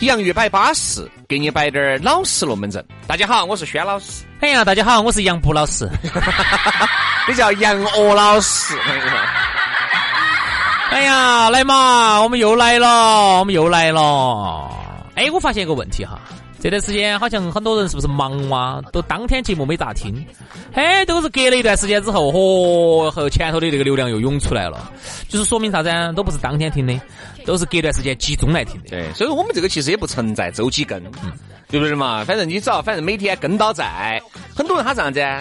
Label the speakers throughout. Speaker 1: 洋芋摆巴适，给你摆点儿老实龙门阵。大家好，我是轩老师，
Speaker 2: 哎呀，大家好，我是杨布老师。
Speaker 1: 你叫杨鹅老师。 我跟你说
Speaker 2: 哎呀，来嘛，我们又来了，我们又来了。哎，我发现一个问题哈，这段时间好像很多人是不是忙哇、都当天节目没咋听，哎，都是隔了一段时间之后，嚯、哦，后前头的这个流量又涌出来了，就是说明啥子啊？都不是当天听的，都是隔段时间集中来听的。
Speaker 1: 对，所以我们这个其实也不存在周期更，对不对嘛？反正你只要反正每天跟到在，很多人他这样子啊，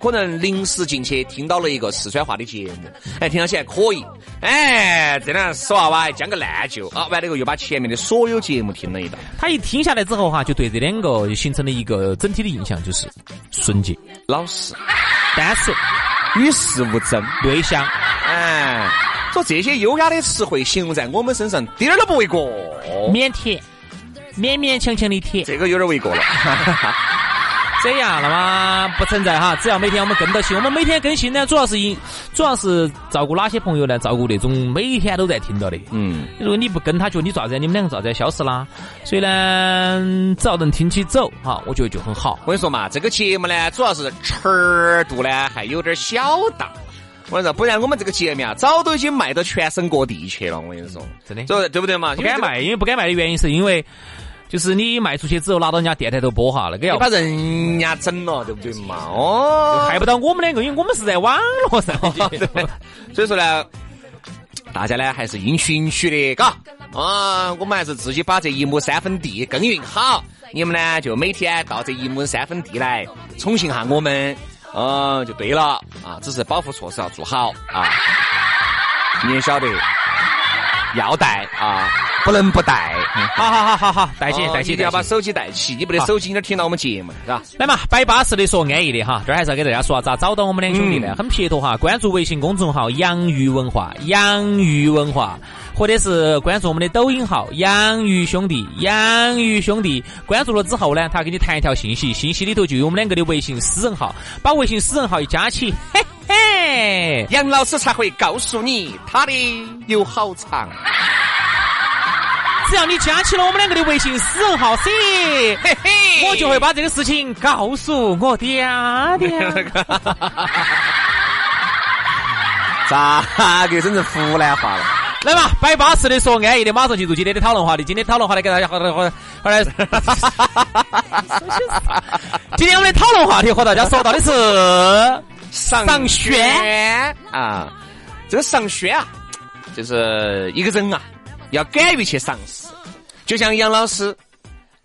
Speaker 1: 可能临时进去听到了一个四川话的节目，哎，听到起来可以，哎，这两死娃娃还将个烂就啊，完了以后又把前面的所有节目听了一道。
Speaker 2: 他一听下来之后哈，就对这两个形成了一个整体的印象，就是纯洁、
Speaker 1: 老实，
Speaker 2: 单纯、
Speaker 1: 与世无争。
Speaker 2: 内向。
Speaker 1: 哎，说这些优雅的词汇形容在我们身上，点儿都不为过。
Speaker 2: 腼腆，勉勉强强的甜。
Speaker 1: 这个有点为过了。
Speaker 2: 这样，那么不存在哈。只要每天我们跟到起，我们每天更新呢，主要是因主要是照顾哪些朋友呢？照顾那种每天都在听到的。
Speaker 1: 嗯，
Speaker 2: 如果你不跟他，觉得你咋子？你们两个咋子消失啦？所以呢，只要能听起走哈，我觉得就很好。
Speaker 1: 我跟你说嘛，这个节目呢，主要是尺度呢还有点小大。我跟你说，不然我们这个节目啊，早都已经卖到全省各地去了。我跟你说，
Speaker 2: 真的
Speaker 1: 对对不对嘛？
Speaker 2: 不
Speaker 1: 因为
Speaker 2: 敢
Speaker 1: 这个，
Speaker 2: 卖，因为哎不敢卖的原因是因为，就是你卖出去之后拿到人家电台头播哈，那个要
Speaker 1: 你把人家整了，对不对嘛？哦，
Speaker 2: 害不到我们两个，因为我们是在网络 上的。
Speaker 1: 所以说呢，大家呢还是应许应许的，嘎啊，我们还是自己把这一亩三分地耕耘好。你们呢就每天到这一亩三分地来宠幸下我们，嗯、就对了啊。只是保护措施要做好啊，你也晓得，要带啊，不能不带。
Speaker 2: 好好好好 好，带起
Speaker 1: 哦
Speaker 2: 带
Speaker 1: 嗯一
Speaker 2: 起
Speaker 1: 定要把
Speaker 2: 带起。
Speaker 1: 手机带起，你不得
Speaker 2: 好
Speaker 1: 手机哪儿听到我们节目，是吧？
Speaker 2: 来嘛，摆巴适的说安逸的哈，这儿还是要给大家说啊，咋找到我们两兄弟呢？
Speaker 1: 嗯
Speaker 2: 很撇脱哈，关注微信公众号“养鱼文化”，养鱼文化，或者是关注我们的抖音号“养鱼兄弟”，养鱼兄弟。关注了之后呢，他给你弹一条信息，信息里头就有我们两个的微信私人号，把微信私人号一加起，嘿嘿。
Speaker 1: 杨老师才会告诉你他的有好长。
Speaker 2: 只要你加起了我们两个的微信私人号噻，
Speaker 1: 嘿嘿
Speaker 2: 我就会把这个事情告诉我爹爹。
Speaker 1: 咋给整成湖南话了？
Speaker 2: 来嘛，摆巴适的说安逸的，马上进入今天的讨论话题。今天讨论话题给大家和和和来， 今天我们的讨论话题和大家说到 的是，
Speaker 1: 上
Speaker 2: 上
Speaker 1: 轩
Speaker 2: 轩
Speaker 1: 啊，这个上轩啊，就是一个人啊，要敢于去尝试。就像杨老师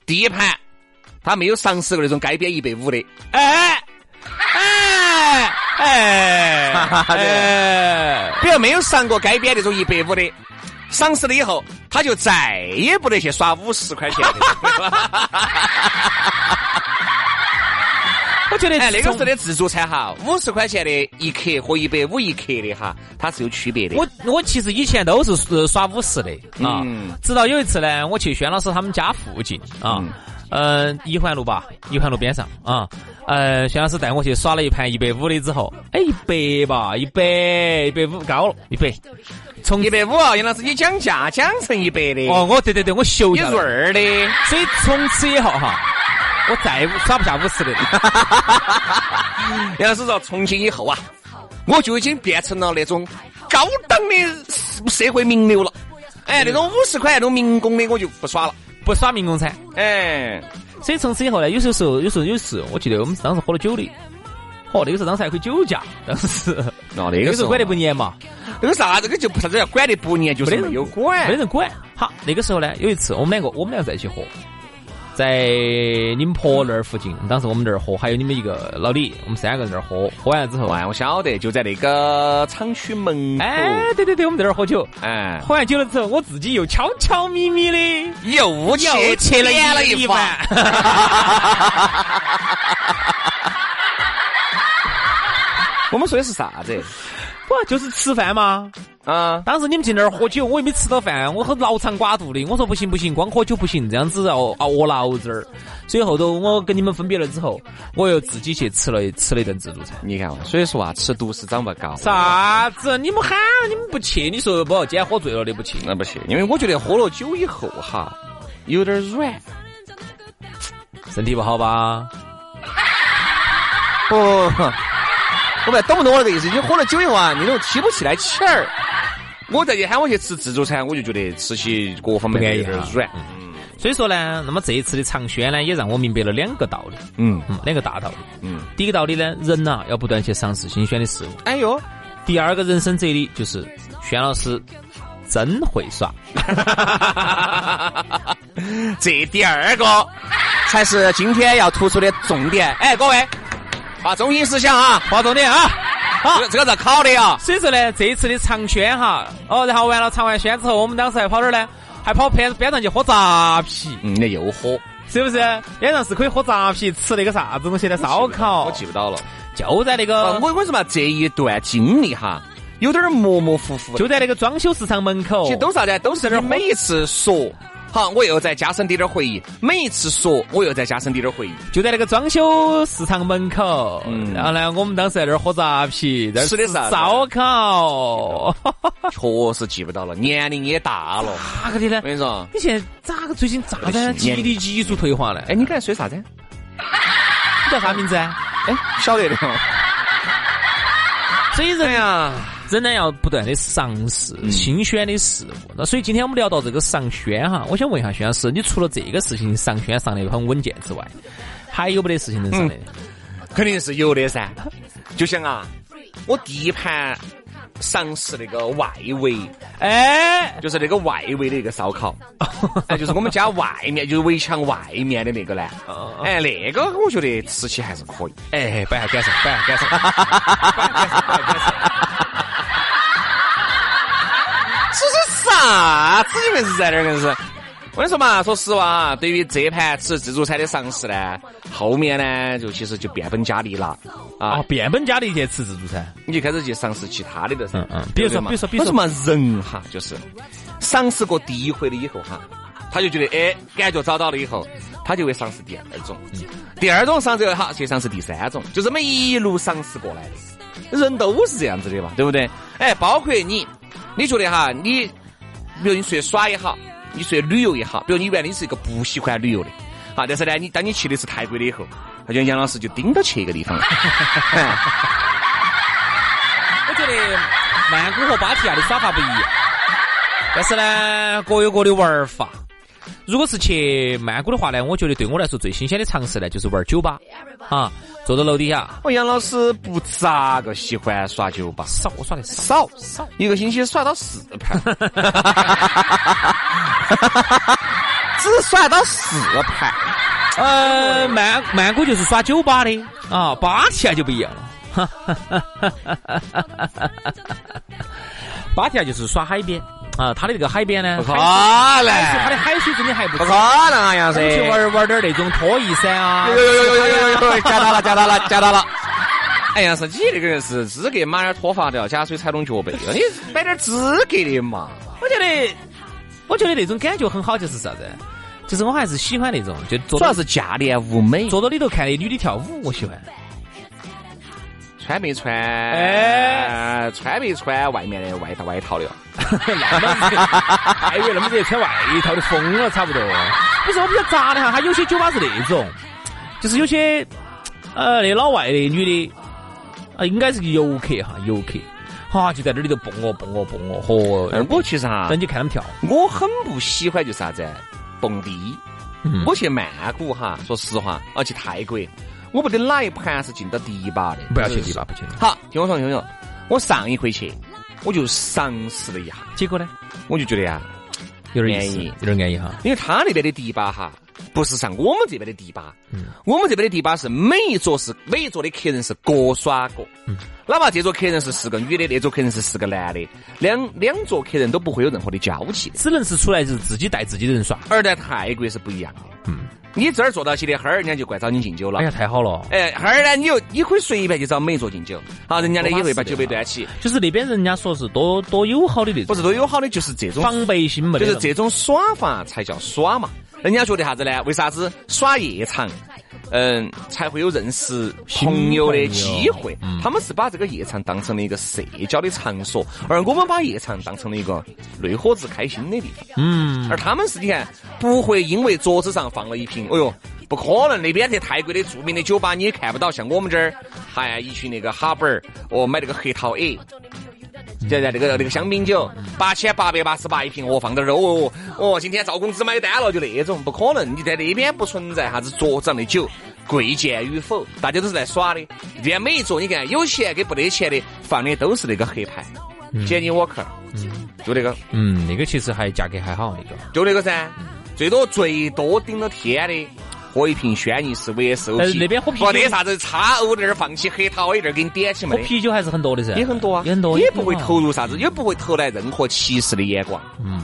Speaker 1: 第一盘，他没有尝试过那种街边一百五的，
Speaker 2: 哎哎哎
Speaker 1: 哈 哈对
Speaker 2: 哎，
Speaker 1: 比如没有上过街边那种一百五的，尝试了以后，他就再也不得去耍五十块钱的。
Speaker 2: 我觉 得
Speaker 1: 哎，那个
Speaker 2: 从
Speaker 1: 时候的自助餐哈，五十块钱的一克和一百五一克的哈，它是有区别的。
Speaker 2: 我我其实以前都是是耍五十的啊，
Speaker 1: 嗯
Speaker 2: 直到有一次呢，我去轩老师他们家附近啊，嗯，一环路吧，一环路边上啊，呃，轩老师带我去耍了一盘一百五的之后，哎，一百吧，一百一百五高了，一百，从
Speaker 1: 一百五，啊杨老师，你讲价讲成一百的，
Speaker 2: 哦，我对对对，我秀
Speaker 1: 一
Speaker 2: 一下
Speaker 1: 润，儿的，
Speaker 2: 所以从此以后哈，我再耍不下五十的了，
Speaker 1: 杨老师说，从今以后啊，我就已经变成了那种高档的社社会名流了。哎，那种五十块那种民工的我就不耍了。
Speaker 2: 不耍民工餐。
Speaker 1: 哎，
Speaker 2: 所以从此以后呢，有些时候，有时候有一次，我记得我们当时喝了酒的，哦，那个时候当时还可以酒驾，当时
Speaker 1: 那那
Speaker 2: 那
Speaker 1: 个
Speaker 2: 个
Speaker 1: 时
Speaker 2: 时候
Speaker 1: 候啊
Speaker 2: 管得不严嘛，
Speaker 1: 那个啥，这个就不啥子要管得不严，就是
Speaker 2: 没得人
Speaker 1: 没有管
Speaker 2: 没。人管。好，那个时候呢，有一次我们两个，我们两个在一起喝，在你们婆那儿附近，当时我们那儿喝，还有你们一个老李，我们三个人在那儿喝，喝完了之后，啊
Speaker 1: 哎哇，我晓得，就在那个厂区门口。
Speaker 2: 哎，对对对，我们在那儿喝酒，
Speaker 1: 哎，
Speaker 2: 喝完酒了之后，我自己又悄悄咪咪的。
Speaker 1: 又去
Speaker 2: 又切了
Speaker 1: 点了
Speaker 2: 一
Speaker 1: 发。我们说的是啥子？
Speaker 2: 不就是吃饭嘛？
Speaker 1: 啊，
Speaker 2: 当时你们进那儿喝酒，我又没吃到饭，我很牢肠寡肚的。我说不行不行，光喝酒不行，这样子哦要熬饿脑子儿。所以后头我跟你们分别了之后，我又自己去吃了吃了一顿自助餐。
Speaker 1: 你看嘛，所以说啊，吃独食长不高。
Speaker 2: 啥子？你们喊了，你们不去，你说不？今天喝醉了的不去。
Speaker 1: 啊那不行，因为我觉得喝了酒以后哈，有点软。
Speaker 2: 身体不好吧？
Speaker 1: 不， 我们懂不懂我那个意思？你喝了酒以后啊，你那种提不起来气儿。我再去喊我去吃自助餐，我就觉得吃起各方面
Speaker 2: 不安
Speaker 1: 都
Speaker 2: 逸
Speaker 1: 有点
Speaker 2: 哈
Speaker 1: 软。
Speaker 2: 所以说呢，那么这一次的长轩呢，也让我明白了两个道理，
Speaker 1: 嗯
Speaker 2: 嗯，两个大道理。
Speaker 1: 嗯，
Speaker 2: 第一个道理呢，人呐、要不断去尝试新鲜的事物。
Speaker 1: 哎呦，
Speaker 2: 第二个人生哲理就是，轩老师真会耍。
Speaker 1: 这啊第二个才是今天要突出的重点。哎，各位，把中心思想啊，
Speaker 2: 划重点啊！
Speaker 1: 这个这个是考的啊。
Speaker 2: 所以说呢，这一次的长轩哈，哦，然后完了长完轩之后，我们当时还跑哪儿呢？还跑边边上去喝杂皮，
Speaker 1: 嗯，那又喝
Speaker 2: 是不是？边上是可以喝杂皮，吃那个啥子东西的烧烤
Speaker 1: 我，记不到了。
Speaker 2: 就在那
Speaker 1: 呃
Speaker 2: 个
Speaker 1: 我我说嘛，这一段经历哈，有点模模糊糊的。
Speaker 2: 就在那个装修市场门口
Speaker 1: 其实，都是啥子啊？都是你每一次说，好，我又再加深滴点儿回忆；每一次说，我又再加深滴点儿回忆。
Speaker 2: 就在那个装修市场门口。
Speaker 1: 嗯
Speaker 2: 然后呢，我们当时在那儿喝杂皮，在那儿
Speaker 1: 吃的啥子
Speaker 2: 烧 烤。
Speaker 1: 啊确实记不到了，年龄也大 了。
Speaker 2: 咋个的呢
Speaker 1: 我？跟你说，
Speaker 2: 你现在咋个最近咋
Speaker 1: 不
Speaker 2: 的
Speaker 1: 行
Speaker 2: 记忆力急速退化了？哎，
Speaker 1: 哎，你刚才说啥子？
Speaker 2: 你叫啥名字啊？
Speaker 1: 哎，晓得的。
Speaker 2: 所以人
Speaker 1: 哎呀，嗯
Speaker 2: 仍然要不断的尝试新鲜的事物。那所以今天我们聊到这个上轩哈，我想问一下轩老师，你除了这个事情上轩上的很稳健之外，还有没得事情能上的？
Speaker 1: 嗯肯定是有的噻。就像啊，我第一盘尝试那个外围，
Speaker 2: 哎、
Speaker 1: 就是那个外围的一个烧 烤，哎，就是我们家外面，就是围墙外面的那个呢。哎，那个我觉得吃起还是可以。
Speaker 2: 哎，摆下感受，摆下感受，摆下感受，摆下感
Speaker 1: 这是啥子？你们是在那儿硬是？我跟你说嘛，说实话啊，对于这盘吃自助餐的尝试呢，后面呢就其实就变本加厉了
Speaker 2: 受。
Speaker 1: 啊
Speaker 2: 哦，，变本加厉去吃自助餐，
Speaker 1: 你就开始去尝试其他的了噻。
Speaker 2: 嗯嗯比
Speaker 1: 对不
Speaker 2: 如说
Speaker 1: 对嘛
Speaker 2: 比如说比如说
Speaker 1: 我说嘛，人哈就是尝试过第一回了以后哈，他就觉得哎感觉找到了以后，他就会尝试第二种，
Speaker 2: 嗯
Speaker 1: 第二种尝试了哈，去尝试第三种，就这么一路尝试过来的。人都是这样子的嘛，对不对？哎，包括你，你觉得哈，你比如你出去耍也好，你出去旅游也好，比如你原来你是一个不喜欢旅游的，啊，但是呢，你当你去的是泰国的以后，他就杨老师就盯到去一个地方了。
Speaker 2: 我觉得曼谷和芭提雅的耍法不一样，但是呢，各有各的玩法。如果是去曼谷的话呢，我觉得对我来说最新鲜的尝试呢，就是玩酒吧，啊，坐到楼底下，
Speaker 1: 我杨老师不咋个喜欢耍酒吧，
Speaker 2: 少我耍的少。
Speaker 1: 少少一个星期耍到四盘，只耍到四盘。
Speaker 2: 呃，曼曼谷就是耍酒吧的啊，芭提雅就不一样了。 芭提雅就是耍海边啊，它的这个海边呢，
Speaker 1: 不可
Speaker 2: 海
Speaker 1: 能，
Speaker 2: 它的海水真的还不
Speaker 1: 不
Speaker 2: 错
Speaker 1: 可。能啊，杨老
Speaker 2: 去
Speaker 1: 师。
Speaker 2: 玩玩点那种拖曳噻啊
Speaker 1: 有，有有有有有有，加大了加大了加大了。哎呀，是你这个人是资格马点脱发掉，加水踩拢脚背了，你摆点资格的嘛？
Speaker 2: 我觉得，我觉得那种感觉很好，就是啥子？就是我还是喜欢那种，就坐
Speaker 1: 主要
Speaker 2: 到
Speaker 1: 是价廉物美，
Speaker 2: 坐到里头看那女的跳舞，我喜 欢。
Speaker 1: 穿没穿？
Speaker 2: 哎，
Speaker 1: 穿没穿外面的外套外套了？
Speaker 2: 那么热，还哎以为那么热穿外套的疯了，差不多。不是，我比较杂的哈，他有些酒吧是那种，就是有些呃那老外的女的啊、应该是个游客哈，游客。哈、就在那里头蹦哦蹦哦蹦哦，嚯、
Speaker 1: 嗯，我其实哈，
Speaker 2: 等你看他们跳，
Speaker 1: 我很不喜欢就是啥子蹦迪。
Speaker 2: 嗯
Speaker 1: 我去曼谷哈，说实话，啊去泰国，我不得哪一盘是进到第一把的。
Speaker 2: 不要去迪吧，不去。
Speaker 1: 好，听我说，听我说，我上一回去，我就尝试了一下，
Speaker 2: 结果呢，
Speaker 1: 我就觉得呀、
Speaker 2: 有点意思，
Speaker 1: 安逸
Speaker 2: 有点安逸哈。
Speaker 1: 因为他那边的迪吧哈，不是像我们这边的迪吧，
Speaker 2: 嗯
Speaker 1: 我们这边的迪吧是每一桌是每一桌的客人是各耍各，
Speaker 2: 嗯
Speaker 1: 哪怕这桌客人是四个女的，那桌客人是四个男的，两两桌客人都不会有任何的交集的。
Speaker 2: 只能是出来就是自己带自己的人耍。
Speaker 1: 而在泰国是不一样的，
Speaker 2: 嗯，
Speaker 1: 你这儿坐到起的，哈儿人家就过来找你敬酒了
Speaker 2: 哎。呀，太好了，
Speaker 1: 哎，哈儿呢，你又你可以随便去找每一桌敬酒，好，人家呢
Speaker 2: 多巴
Speaker 1: 也会
Speaker 2: 适
Speaker 1: 把
Speaker 2: 的
Speaker 1: 酒杯
Speaker 2: 哈
Speaker 1: 端起，
Speaker 2: 就是那边人家说是多多友好的那种，
Speaker 1: 不是都友好的，就是这种
Speaker 2: 防备心没
Speaker 1: 就
Speaker 2: 得。
Speaker 1: 是这种耍法才叫耍嘛。人家觉得啥子呢？为啥子耍夜场？嗯，才会有认识朋友的机会。
Speaker 2: 嗯
Speaker 1: 他们是把这个夜场当成了一个社交的场所，而我们把夜场当成了一个累伙子开心的地方。
Speaker 2: 嗯，
Speaker 1: 而他们是，你看，不会因为桌子上放了一瓶，哎呦，不可能！那边在泰国的著名的酒吧你也看不到，像我们这儿，还、一群那个哈本儿，哦，买那个黑桃 A。就在那个那个香槟酒，八千八百八十八一瓶，哦，放点儿哦哦，今天赵公子买单了，就那种不可能，你在那边不存在啥子桌子上的酒贵贱与否，大家都是在耍的。这边每一桌，你看有钱跟不得钱的放的都是那个黑牌，杰尼沃克，就那个
Speaker 2: 嗯，那个其实还价格还好，那个。
Speaker 1: 就那个噻，
Speaker 2: 嗯
Speaker 1: 最多最多顶了天的。喝一瓶轩尼诗 VSOP，
Speaker 2: 但是那边喝啤酒
Speaker 1: 不得啥子叉 O 那儿放起黑桃 A 那儿给你点起没
Speaker 2: 喝
Speaker 1: 得，
Speaker 2: 哦啤酒还是很多的噻，
Speaker 1: 也很多啊，
Speaker 2: 也很多，
Speaker 1: 也不会
Speaker 2: 很好
Speaker 1: 投。入啥子，也不会投来任何歧视的眼光。嗯，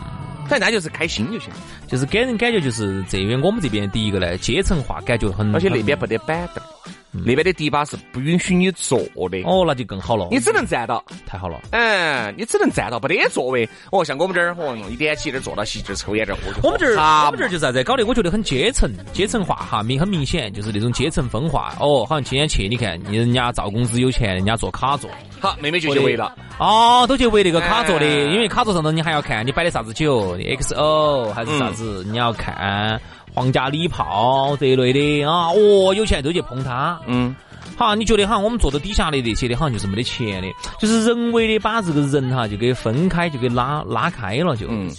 Speaker 1: 但那就是开心就行，
Speaker 2: 就是给人感觉就是这边我们这边第一个呢，阶层化感觉很，
Speaker 1: 而且那边不得板凳，那边的迪吧是不允许你坐的，
Speaker 2: 嗯哦，那就更好了，
Speaker 1: 你只能站到，
Speaker 2: 太好了。
Speaker 1: 嗯，你只能站到，不得座位。哦，像我们这儿，哦，一点起这儿坐到席这儿抽烟这儿喝酒，
Speaker 2: 我们这儿，
Speaker 1: 啊
Speaker 2: 我们这儿就是啥子？搞得我觉得很阶层，阶层化哈，明很明显就是那种阶层分化。哦，好像今天去，你看人家赵公子有钱，人家坐卡座，
Speaker 1: 好，妹妹就去围了，
Speaker 2: 哦，都去围那个卡座的，
Speaker 1: 哎
Speaker 2: 因为卡座上头你还要看你摆的啥子酒你，XO 还是啥子，
Speaker 1: 嗯
Speaker 2: 你要看皇家礼炮这一类的啊。哦，有钱人都去碰它。
Speaker 1: 嗯，
Speaker 2: 好，你觉得哈，我们坐到底下的那些的，好像就是没得钱的，就是人为的把这个人哈就给分开，就给拉拉开了，就，
Speaker 1: 嗯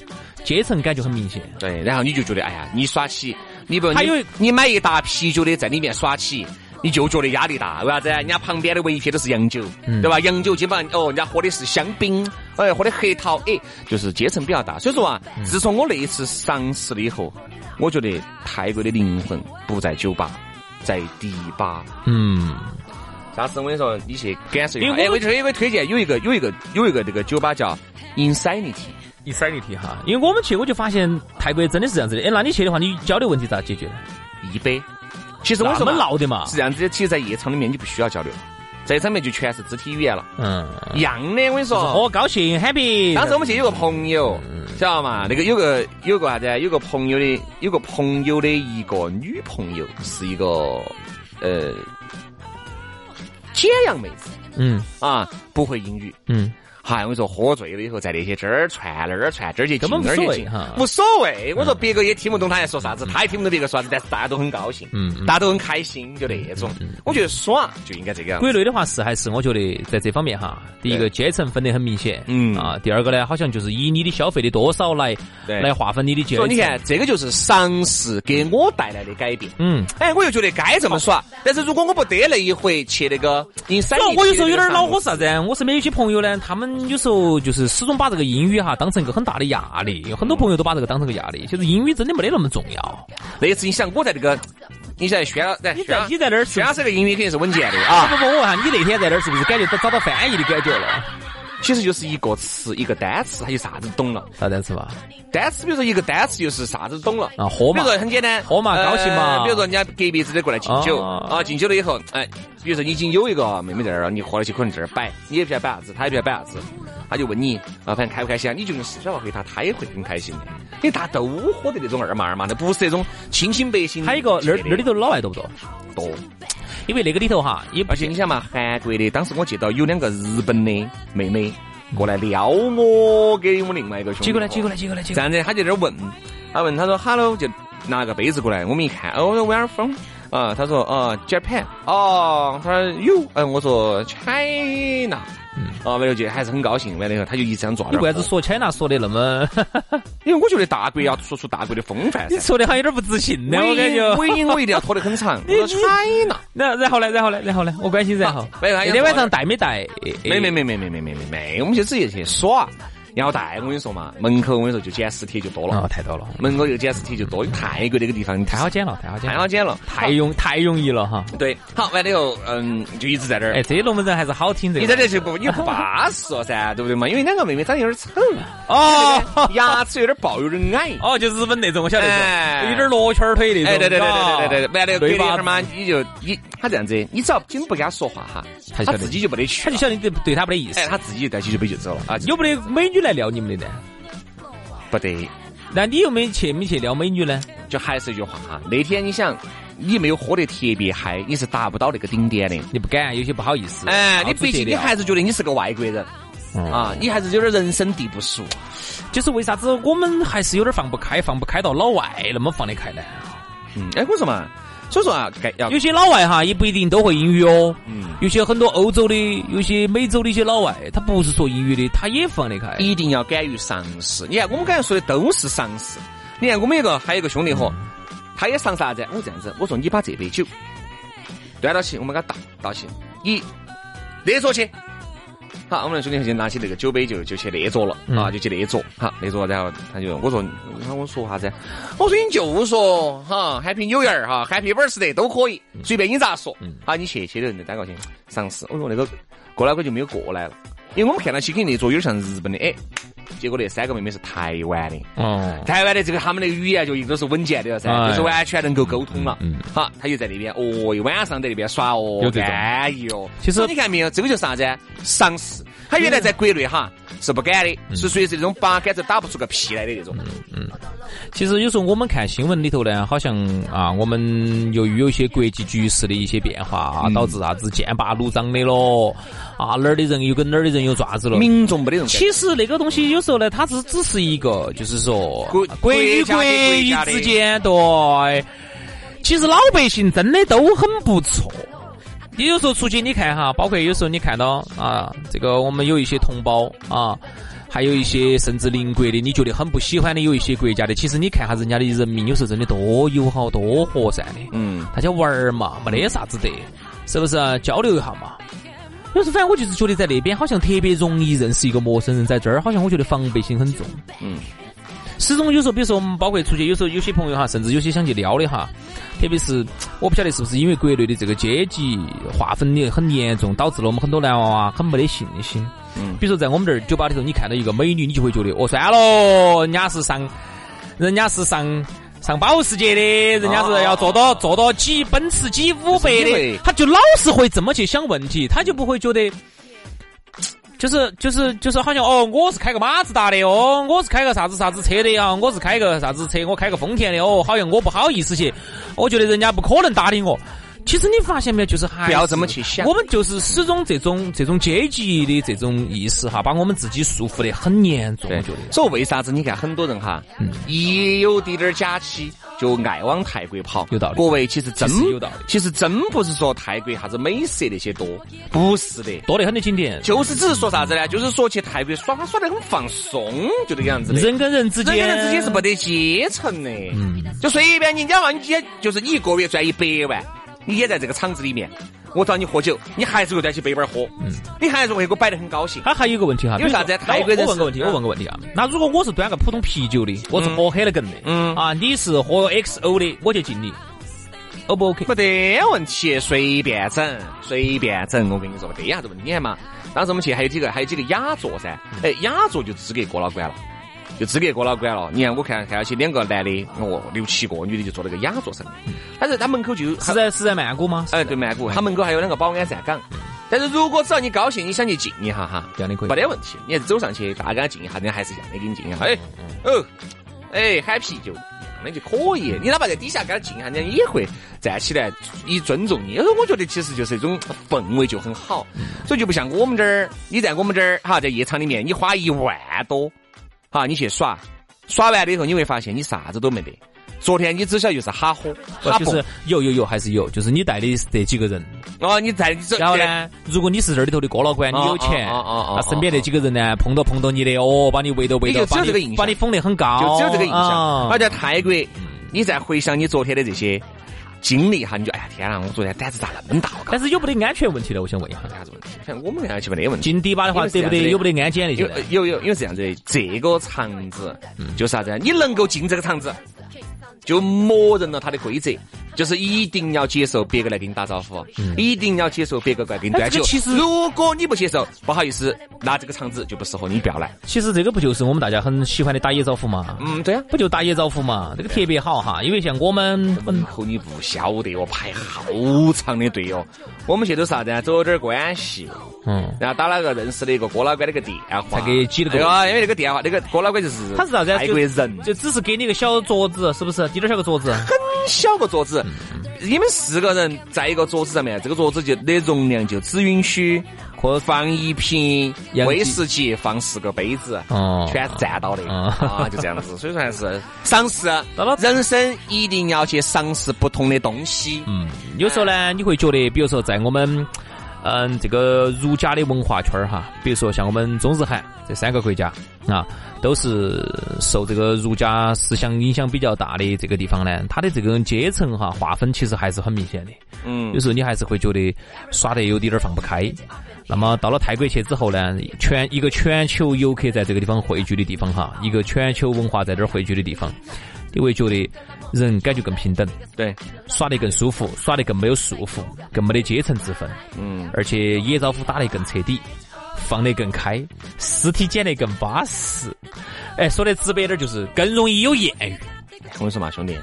Speaker 2: 阶层感就很明显。
Speaker 1: 对，然后你就觉得，哎呀，你耍起，你不，
Speaker 2: 还有
Speaker 1: 你你买一打啤酒的在里面耍起。你就觉得压力大，为啥子？人家旁边的围一片都是洋酒，对吧？洋酒基本上哦，人家喝的是香槟，哎，喝的黑桃，哎，就是阶层比较大。所以说啊，自从我那一次尝试了以后，我觉得泰国的灵魂不在酒吧，在迪吧。
Speaker 2: 嗯，
Speaker 1: 下次我跟你说，你去感受一下。
Speaker 2: 因为
Speaker 1: 哎，
Speaker 2: 我
Speaker 1: 我这儿有个推荐，有一个有一个有一个这个酒吧叫 Insanity，
Speaker 2: 一塞一题哈，因为我们去我就发现泰国真的是这样子的。哎，那你去的话，你交流问题咋解决呢？
Speaker 1: 一杯。其实我
Speaker 2: 那
Speaker 1: 跟你说
Speaker 2: 么
Speaker 1: 嘛
Speaker 2: 闹的嘛
Speaker 1: 是，这样子的，其实，在夜场里面你不需要交流，在夜场里面就全是肢体语言了，
Speaker 2: 嗯，
Speaker 1: 一样的。我跟你说，
Speaker 2: 哦，高兴 happy。
Speaker 1: 当时我们去有个朋友，
Speaker 2: 嗯
Speaker 1: 晓得嘛？那个有个有个啥子啊？有个朋友的，有个朋友的一个女朋友是一个呃简阳妹子
Speaker 2: 嗯
Speaker 1: 啊，不会英语。
Speaker 2: 嗯，
Speaker 1: 嗨，我跟你说，喝醉了以后，在那些这儿窜那儿窜，这儿去
Speaker 2: 根
Speaker 1: 进
Speaker 2: 本
Speaker 1: 那儿
Speaker 2: 无所
Speaker 1: 去
Speaker 2: 谓
Speaker 1: 进
Speaker 2: 哈，嗯
Speaker 1: 无所谓。我说别个也听不懂他在说啥子，他也听不懂别个说啥子，但是大家都很高兴，
Speaker 2: 嗯嗯
Speaker 1: 大家都很开心，就那种。我觉得爽就应该这个样子。
Speaker 2: 国内的话是还是我觉得在这方面哈，第一个阶层分得很明显，
Speaker 1: 嗯
Speaker 2: 啊，第二个呢，好像就是以你的消费的多少来
Speaker 1: 对
Speaker 2: 来划分你的阶
Speaker 1: 所
Speaker 2: 层。
Speaker 1: 以你看，，这个就是尝试给我带来的改变。
Speaker 2: 嗯，
Speaker 1: 哎，我又觉得该这么耍，但是如果我不得那一回去那个阴山
Speaker 2: 主要
Speaker 1: 里去的那个上，
Speaker 2: 哎我有时候有点恼火是啥子呢？我身边有些朋友呢，他们有时候就是始终把这个英语哈当成一个很大的压力，有很多朋友都把这个当成个压力。其实英语真的没得那么重要。
Speaker 1: 那次你想我在那个，你想宣老，在啊
Speaker 2: 你
Speaker 1: 宣
Speaker 2: 在
Speaker 1: 老
Speaker 2: 你在那儿啊是
Speaker 1: 宣老师的英语肯定是稳健的
Speaker 2: 不
Speaker 1: 啊，
Speaker 2: 不不，我问下你那天在那儿是不是感觉都找到翻译的感觉了？
Speaker 1: 其实就是一个词一个单词，他就啥子都懂了。
Speaker 2: 啥啊单词嘛？
Speaker 1: 单词，比如说一个单词就是啥子懂了
Speaker 2: 啊喝嘛
Speaker 1: 比如说很简单，
Speaker 2: 喝嘛
Speaker 1: 呃
Speaker 2: 高兴嘛
Speaker 1: 比如说人家隔壁子的过来敬酒
Speaker 2: 啊
Speaker 1: 啊，敬酒了以后，哎，比如说你已经有一个妹妹在这儿了，你喝了起可能这儿摆，你也不晓得摆啥子，她也不晓得摆啥子，她就问你啊，反正开不开心啊？你就用四川话回她，她也会很开心的，因为大家都喝的那种二麻二麻的，不是那种清清白心。
Speaker 2: 还有一个那儿那儿里
Speaker 1: 头
Speaker 2: 头老外多不多？
Speaker 1: 多，
Speaker 2: 因为那个里头哈，也不
Speaker 1: 而且你想嘛，韩国的当时我记得有两个日本的妹妹过来撩我给我们另外一个兄弟，
Speaker 2: 结果呢？结果呢？结果呢？
Speaker 1: 这
Speaker 2: 结果呢
Speaker 1: 样子，他就在那儿问，他问他说 “hello”，就拿个杯子过来，我们一看，哦，where are you from？啊，他说啊、j a p a n 哦，他说 you，嗯，我说哎 China，啊，完了就还是很高兴，完了以后他就一直这样抓
Speaker 2: 你
Speaker 1: 着
Speaker 2: 为啥
Speaker 1: 我
Speaker 2: 子说 China 说的那么？
Speaker 1: 因为我觉得大国要说出大国的风范噻
Speaker 2: 你。说的好像有点不自信呢，我感觉。
Speaker 1: 尾音我一定要拖得很 长，我要 China。
Speaker 2: 那然后呢？然后呢？然后呢？我关心然后
Speaker 1: 啊。没有他
Speaker 2: 那
Speaker 1: 有
Speaker 2: 天晚上
Speaker 1: 说
Speaker 2: 带没带？
Speaker 1: 没没没没没没没没没，我们就直接去耍。然后带我跟你说嘛，门口我跟你说就捡尸体就多
Speaker 2: 哦，
Speaker 1: 了，
Speaker 2: 太多了，
Speaker 1: 门口就捡尸体就多。泰国这个地方
Speaker 2: 太好捡了，太好捡
Speaker 1: 啊太
Speaker 2: 了，
Speaker 1: 好捡了，
Speaker 2: 太容太容易了哈。
Speaker 1: 对。好，完了以后，嗯，就一直在这儿
Speaker 2: 哎，。这些龙门阵还是好听这个。
Speaker 1: 你在这就不你不巴适了噻，对不对嘛？因为两个妹妹长得有点丑，
Speaker 2: 哦
Speaker 1: 牙齿有点龅，有点矮。
Speaker 2: 哦，就日本那种，我晓得
Speaker 1: 哎
Speaker 2: 是，有点罗圈腿那种。
Speaker 1: 哎，对对对对对对对，完了以后隔天
Speaker 2: 对吧
Speaker 1: 他妈你就你他这样子，你只要今不跟他说话哈，
Speaker 2: 他
Speaker 1: 他
Speaker 2: 晓得
Speaker 1: 自己就没得去
Speaker 2: 他
Speaker 1: 了
Speaker 2: 就。晓得你对对他没得意思
Speaker 1: 哎，。他自己带起酒杯就走了啊，
Speaker 2: 有没得美女来撩你们的呢？
Speaker 1: 不得？
Speaker 2: 那你又没去没去撩美女呢？
Speaker 1: 就还是一句话哈，那天你想，你没有喝得特别嗨，你是达不到那个顶点的。
Speaker 2: 你不敢，有些不好意思。
Speaker 1: 哎，你
Speaker 2: 好直
Speaker 1: 毕
Speaker 2: 接
Speaker 1: 竟你
Speaker 2: 撩
Speaker 1: 还是觉得你是个外国人啊，你还是有点人生地不熟。
Speaker 2: 就是为啥子我们还是有点放不开，放不开到老外那么放得开呢？
Speaker 1: 嗯，哎，我说嘛，所以说啊，该要
Speaker 2: 有些老外哈也不一定都会英语哦。
Speaker 1: 嗯
Speaker 2: 有些很多欧洲的，有些美洲的一些老外，他不是说英语的，他也放得开。
Speaker 1: 一定要敢于尝试。你看，我们刚才说的都是尝试。你看，我们有个还有一个兄弟伙，他也尝试啥子？我这样子，我说你把这杯酒端到起，我们给他倒倒起，你那桌去。好，我们那兄弟伙就拿起那个酒杯就就去那桌了、
Speaker 2: 嗯
Speaker 1: 啊，就去那桌。好，那桌然后他就我说，他跟我说啥子？我说你就说哈，Happy New Year 哈，Happy Birthday 都可以，随便你咋说。好，你去去的人就单个去尝试。我说那个过来哥就没有过来了，因为我们看到起肯定那桌有点像日本的，哎，结果那三个妹妹是台湾的。
Speaker 2: 哦，
Speaker 1: 台湾的这个他们的语言就一直都是稳健的了噻，
Speaker 2: 哎
Speaker 1: 就是完全能够沟通了。
Speaker 2: 嗯
Speaker 1: 好，他就在那边，哦，一晚上在那边耍哦
Speaker 2: 有，这种
Speaker 1: 安逸哦。
Speaker 2: 其实
Speaker 1: 所以你看没有，这个就是啥子？尝试。他原来在国内哈是不敢的，
Speaker 2: 嗯
Speaker 1: 是属于是那种八竿子打不出个屁来的那种。
Speaker 2: 其实有时候我们看新闻里头呢，好像啊，我们由于有一些国际局势的一些变化啊，导致啥子剑拔弩张的咯，啊哪儿的人又跟哪儿的人又爪子了。
Speaker 1: 民众没得这种感觉。
Speaker 2: 其实那个东西有时候呢，它只只是一个，就是说
Speaker 1: 国
Speaker 2: 国与
Speaker 1: 国家
Speaker 2: 国
Speaker 1: 的国
Speaker 2: 与
Speaker 1: 家的
Speaker 2: 之间，对。其实老百姓真的都很不错。你有时候出去，你看哈，包括有时候你看到啊，这个我们有一些同胞啊，还有一些甚至邻国的，你觉得很不喜欢的，有一些国家的，其实你看下人家的人民，有时候真的多友好、多和善的。
Speaker 1: 嗯，
Speaker 2: 大家玩儿嘛，没得啥子的，是不是啊、交流一下嘛。有时候反正我就是觉得在那边好像特别容易认识一个陌生人，在这儿好像我觉得防备心很重。
Speaker 1: 嗯，
Speaker 2: 始终有时候，比如说我们包括出去，有时候有些朋友哈，甚至有些想去撩的哈，特别是我不晓得是不是因为国内的这个阶级划分的很严重，导致了我们很多男娃娃很没得信心。
Speaker 1: 嗯
Speaker 2: 比如说在我们这儿酒吧里头，你看到一个美女，你就会觉得哦，算了，人家是上，人家是上。上保时捷的，人家是要坐到坐到几奔驰 G 五百
Speaker 1: 哦就是因
Speaker 2: 的
Speaker 1: 为，
Speaker 2: 他就老是会这么去想问题，他就不会觉得，就是就是就是好像哦，我是开个马自达的哦，我是开个啥子啥子车的啊，我是开个啥子车，我开个丰田的哦，好像我不好意思去，我觉得人家不可能搭理我。其实你发现没有，就是还
Speaker 1: 不要这
Speaker 2: 是
Speaker 1: 么去想
Speaker 2: 我们就是始终这种这种阶级的这种意识哈，把我们自己束缚得很严重。我
Speaker 1: 对
Speaker 2: 觉得，
Speaker 1: 所以为啥子你看很多人哈，
Speaker 2: 嗯
Speaker 1: 一有滴点儿假期就爱往泰国跑，
Speaker 2: 有道理
Speaker 1: 各位其实真
Speaker 2: 其实有道理
Speaker 1: 其实真不是说泰国啥子美食那些多，不是的。
Speaker 2: 多得很的景点，
Speaker 1: 就是只是说啥子呢？就是说去泰国耍，耍得很放松，就这个样子的。
Speaker 2: 人跟人之
Speaker 1: 人
Speaker 2: 间，
Speaker 1: 跟人之间是没得阶层的，就随便你，你要嘛，你也就是你一个月赚一百万，你也在这个厂子里面，我找你喝酒，你还是会端起杯杯儿喝，你还是会给我摆得很高兴。
Speaker 2: 他还有一个问题哈，
Speaker 1: 因为啥子
Speaker 2: 比如说
Speaker 1: 泰国人
Speaker 2: 我
Speaker 1: 是
Speaker 2: 问个问题，
Speaker 1: 嗯
Speaker 2: 我问个问题啊。那如果我是端个普通啤酒的，我是喝黑了梗的，
Speaker 1: 嗯
Speaker 2: 啊，你是喝 XO 的，我就敬你，O 不 OK？
Speaker 1: 没得问题，随便整，随便整。我跟你说，没得啥子问题。你看嘛，当时我们去还有几个，还有几个雅座噻。哎，雅座就资格过老关了，就资格过老关了。你看，我看看下去，两个男的，哦，六七个女的就坐那个雅座上面。但是他门口就是
Speaker 2: 在是在曼谷吗？
Speaker 1: 哎，对曼谷，他门口还有两个保安站岗。但是如果只要你高兴，你想去敬一下哈，
Speaker 2: 这样的可以
Speaker 1: 没得问题。你还是走上去，大家给他敬一下，人家还是一样的给你敬一下。哎，哦，哎，喊啤酒，那就可以。你哪怕在底下给他敬一下，人家也会站起来以尊重你。我觉得其实就是一种氛围就很好，
Speaker 2: 嗯
Speaker 1: 所以就不像我们这儿，你在我们这儿哈，在夜场里面，你花一万多，哈，你去耍。耍完了以后，你会发现你啥子都没得。昨天你只晓得就是哈喝，
Speaker 2: 不
Speaker 1: 哈
Speaker 2: 哦就
Speaker 1: 蹦
Speaker 2: 是有有有还是有，就是你带的这几个人，
Speaker 1: 哦，你在你这
Speaker 2: 然后？呢，如果你是这里头的哥老倌，你有钱，
Speaker 1: 哦哦哦哦
Speaker 2: 那身边那几个人呢，碰到碰到你的，哦，把你围到围到，
Speaker 1: 你就只有
Speaker 2: 把你
Speaker 1: 这个印象
Speaker 2: 把你捧得很高，
Speaker 1: 就只有这个印象。而
Speaker 2: 啊
Speaker 1: 在泰国，你再回想你昨天的这些经历哈，你就哎呀天啊，我昨天胆子咋那么大？我搞
Speaker 2: 但是有没得安全问题呢？我想问一下，
Speaker 1: 啥子问题？反正我们安全没得问题。
Speaker 2: 进迪吧的话，
Speaker 1: 因为是
Speaker 2: 得不
Speaker 1: 这样子
Speaker 2: 得
Speaker 1: 的
Speaker 2: 有没得安检那些
Speaker 1: 有呃
Speaker 2: 呢？
Speaker 1: 有有，因为是这样子的，这个场子就是啥子呢？啊你能够进这个场子，就默认了它的规则，就是一定要接受别个来给你打招呼，一定要接受别嗯个来给你端
Speaker 2: 哎这
Speaker 1: 酒
Speaker 2: 个。其实
Speaker 1: 如果你不接受，不好意思，那这个场子就不适合你，不要来。
Speaker 2: 其实这个不就是我们大家很喜欢的打野招呼嘛？
Speaker 1: 嗯，对啊。
Speaker 2: 不就打野招呼嘛？这个特别好哈，因为像我们
Speaker 1: 门口哎你不晓得哦，排好长的队哦。我们去都啥子啊？走点关系，
Speaker 2: 嗯，
Speaker 1: 然后打了个认识的一个郭老倌那个电话，
Speaker 2: 才给挤了个
Speaker 1: 哎呀因为那个电话，那个郭老倌就是哎
Speaker 2: 他是啥子啊？
Speaker 1: 泰
Speaker 2: 就
Speaker 1: 国人，
Speaker 2: 就只是给你个小桌子，是不是？滴点儿小个桌子，
Speaker 1: 小个桌子，你们四个人在一个桌子上面，这个桌子就的容量就只允许可放一瓶
Speaker 2: 洋基
Speaker 1: 威士忌，放四个杯子，
Speaker 2: 哦
Speaker 1: 全是占到的
Speaker 2: 哦
Speaker 1: 啊，就这样子。所以说还 是赏识
Speaker 2: 到了，
Speaker 1: 人生一定要去赏识不同的东西。
Speaker 2: 嗯，有时候呢，你会觉得，比如说在我们嗯这个儒家的文化圈儿哈，比如说像我们中日韩这三个国家啊，都是受这个儒家思想影响比较大的这个地方呢，它的这个阶层哈划分其实还是很明显的。
Speaker 1: 嗯
Speaker 2: 有，时候你还是会觉得耍得有点儿放不开。那么到了泰国去之后呢，全一个全球游客在这个地方汇聚的地方哈，一个全球文化在这儿汇聚的地方，你会觉得人感觉更平等，
Speaker 1: 对，
Speaker 2: 耍得更舒服，耍得更没有束缚，更没得阶层之分，
Speaker 1: 嗯，
Speaker 2: 而且野招呼打得更彻底，放得更开，尸体捡得更巴适。哎，说的直白点儿就是更容易有艳遇。
Speaker 1: 我跟你说嘛，兄弟，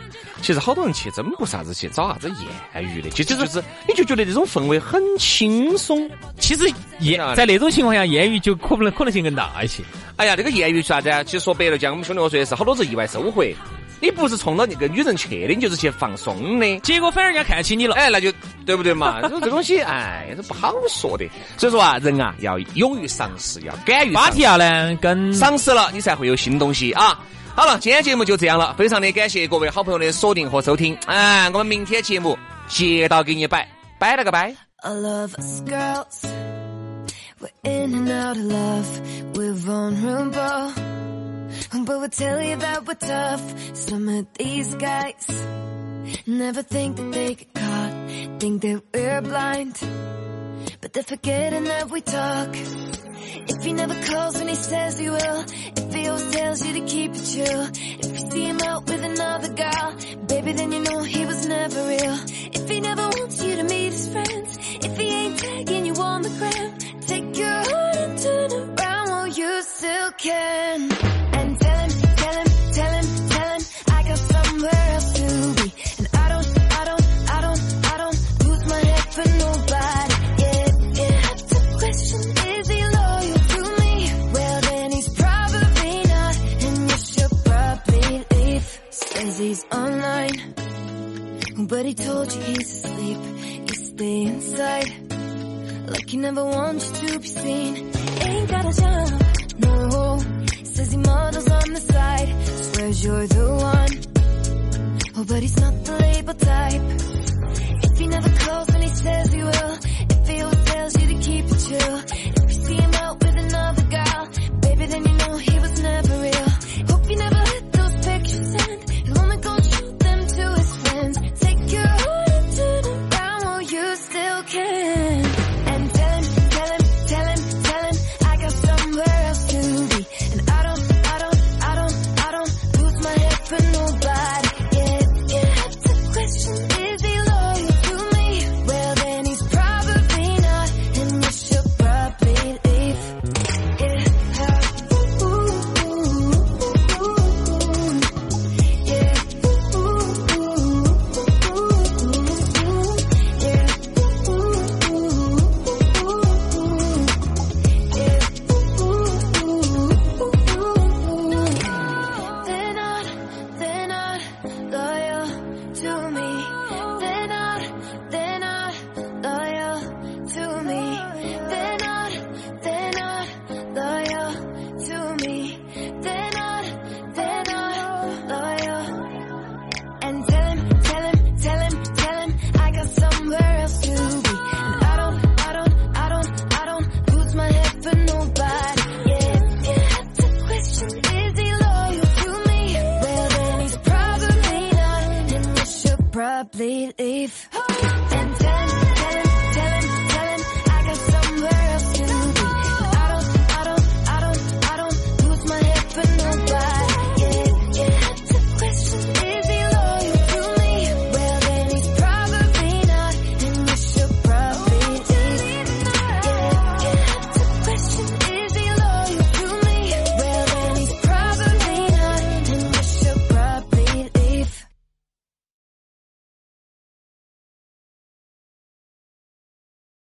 Speaker 1: 其实好多人去真不啥子去找啥子艳遇的，其实就是你就觉得这种氛围很轻松。
Speaker 2: 其实艳
Speaker 1: 啊
Speaker 2: 在那种情况下，艳遇就可能可能性更大一些。
Speaker 1: 哎呀，这个艳遇啥子啊？其实说白了讲，我们兄弟伙说的是好多是意外收获。你不是冲着那个女人去的，你就是去放松的。
Speaker 2: 结果反而人家看起你了。
Speaker 1: 哎，那就对不对嘛？ 这这东西，哎，这不好说的。所以说啊，人啊要勇于尝试，要敢于
Speaker 2: 芭
Speaker 1: 尝
Speaker 2: 提
Speaker 1: 试，
Speaker 2: 雅呢，跟
Speaker 1: 尝试了你才会有新东西啊。好了，今天节目就这样了，非常的感谢各位好朋友的锁定和收听。哎，我们明天节目接到给你摆，摆了个摆。
Speaker 3: I love us girls. We're in and out of love. We're vulnerable. But we'll tell you that we're tough. Some of these guys never think that they get caught. Think that we're blind. But they're forgetting that we talk. If he never calls when he says he will, if he always tells you to keep it chill, if you see him out with another girl, baby, then you know he was never real. If he never wants you to meet his friends, if he ain't tagging you on the gram, take your heart and turn around while you still can. And tell him, tell him, tell him, tell him, I got somewhere else to be. And I don't, I don't, I don't, I don't lose my head for nobody. Yeah, yeah. If the question is he loyal to me, well then he's probably not, and you should probably leave. Says he's online, but he told you he's asleep. You stay inside, like he never wants you to be seen. Ain't got a job, no. Says he models on the side, swears you're the one. Oh, but he's not the label type. If he never calls when he says he will, if he always tells you to keep it chill, if you see him out with another girl, baby, then you know he was never real. Hope you never let those pictures end. He'll only go shoot them to his friends. Take your heart and turn around while you still can. And tell him, tell him, tell him, tell him I got somewhere else to be, and I don't, I don't, I don't, I don't lose my head for nobody. Yeah, yeah. If the question is he loyal to me? Well, then he's probably not, and you should probably I believe. Oh.